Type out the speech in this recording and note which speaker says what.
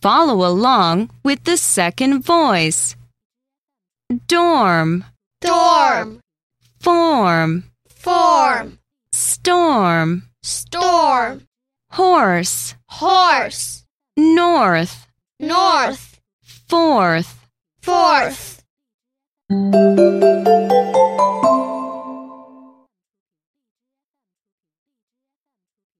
Speaker 1: Follow along with the second voice. Dorm,
Speaker 2: Dorm,
Speaker 1: form,
Speaker 2: form,
Speaker 1: storm,
Speaker 2: storm,
Speaker 1: horse,
Speaker 2: horse,
Speaker 1: north,
Speaker 2: north,
Speaker 1: fourth.
Speaker 2: fourth.